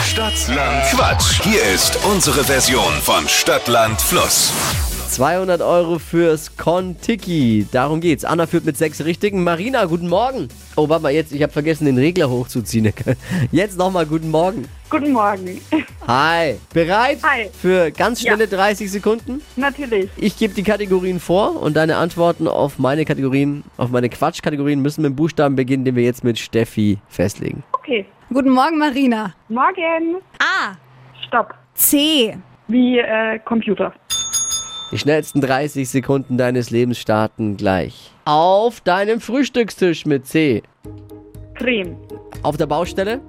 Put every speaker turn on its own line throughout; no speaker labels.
Stadtland Quatsch. Hier ist unsere Version von Stadtland Fluss.
200 Euro fürs Kontiki. Darum geht's. Anna führt mit sechs Richtigen. Marina, guten Morgen. Oh, warte mal, jetzt, ich habe vergessen, den Regler hochzuziehen. Jetzt nochmal guten Morgen.
Guten Morgen.
Hi. Bereit
Hi.
für ganz schnelle 30 Sekunden?
Natürlich.
Ich gebe die Kategorien vor und deine Antworten auf meine Kategorien, auf meine Quatschkategorien müssen mit dem Buchstaben beginnen, den wir jetzt mit Steffi festlegen.
Okay.
Guten Morgen, Marina.
Morgen.
A.
Stopp.
C.
Wie äh, Computer.
Die schnellsten 30 Sekunden deines Lebens starten gleich. Auf deinem Frühstückstisch mit C.
Creme.
Auf der Baustelle.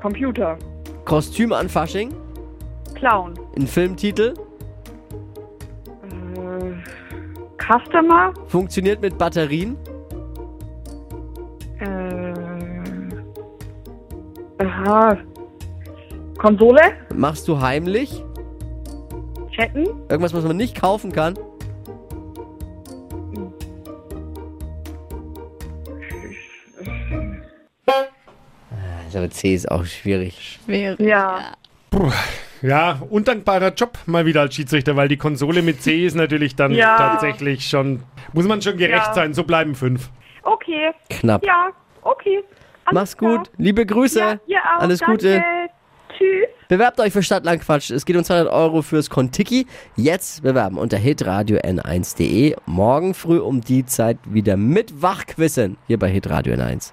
Computer.
Kostüm an Fasching.
Clown.
Ein Filmtitel.
Äh, Customer.
Funktioniert mit Batterien.
Äh, aha. Konsole.
Machst du heimlich.
Chatten.
Irgendwas, was man nicht kaufen kann. Aber Ah, C ist auch schwierig.
Ja.
Ja, undankbarer Job mal wieder als Schiedsrichter, weil die Konsole mit C ist natürlich dann
Ja.
tatsächlich schon, muss man schon gerecht
Ja.
sein, so bleiben fünf.
Okay.
Knapp.
Ja. Okay. Alles
Mach's
klar.
gut. Liebe Grüße.
Ja, ihr auch.
Alles
Danke.
Gute.
Tschüss.
Bewerbt euch für Stadtlandquatsch. Es geht um 200 Euro fürs Kontiki. Jetzt bewerben unter hitradio n1.de. Morgen früh um die Zeit wieder mit Wachquissen hier bei hitradio n1.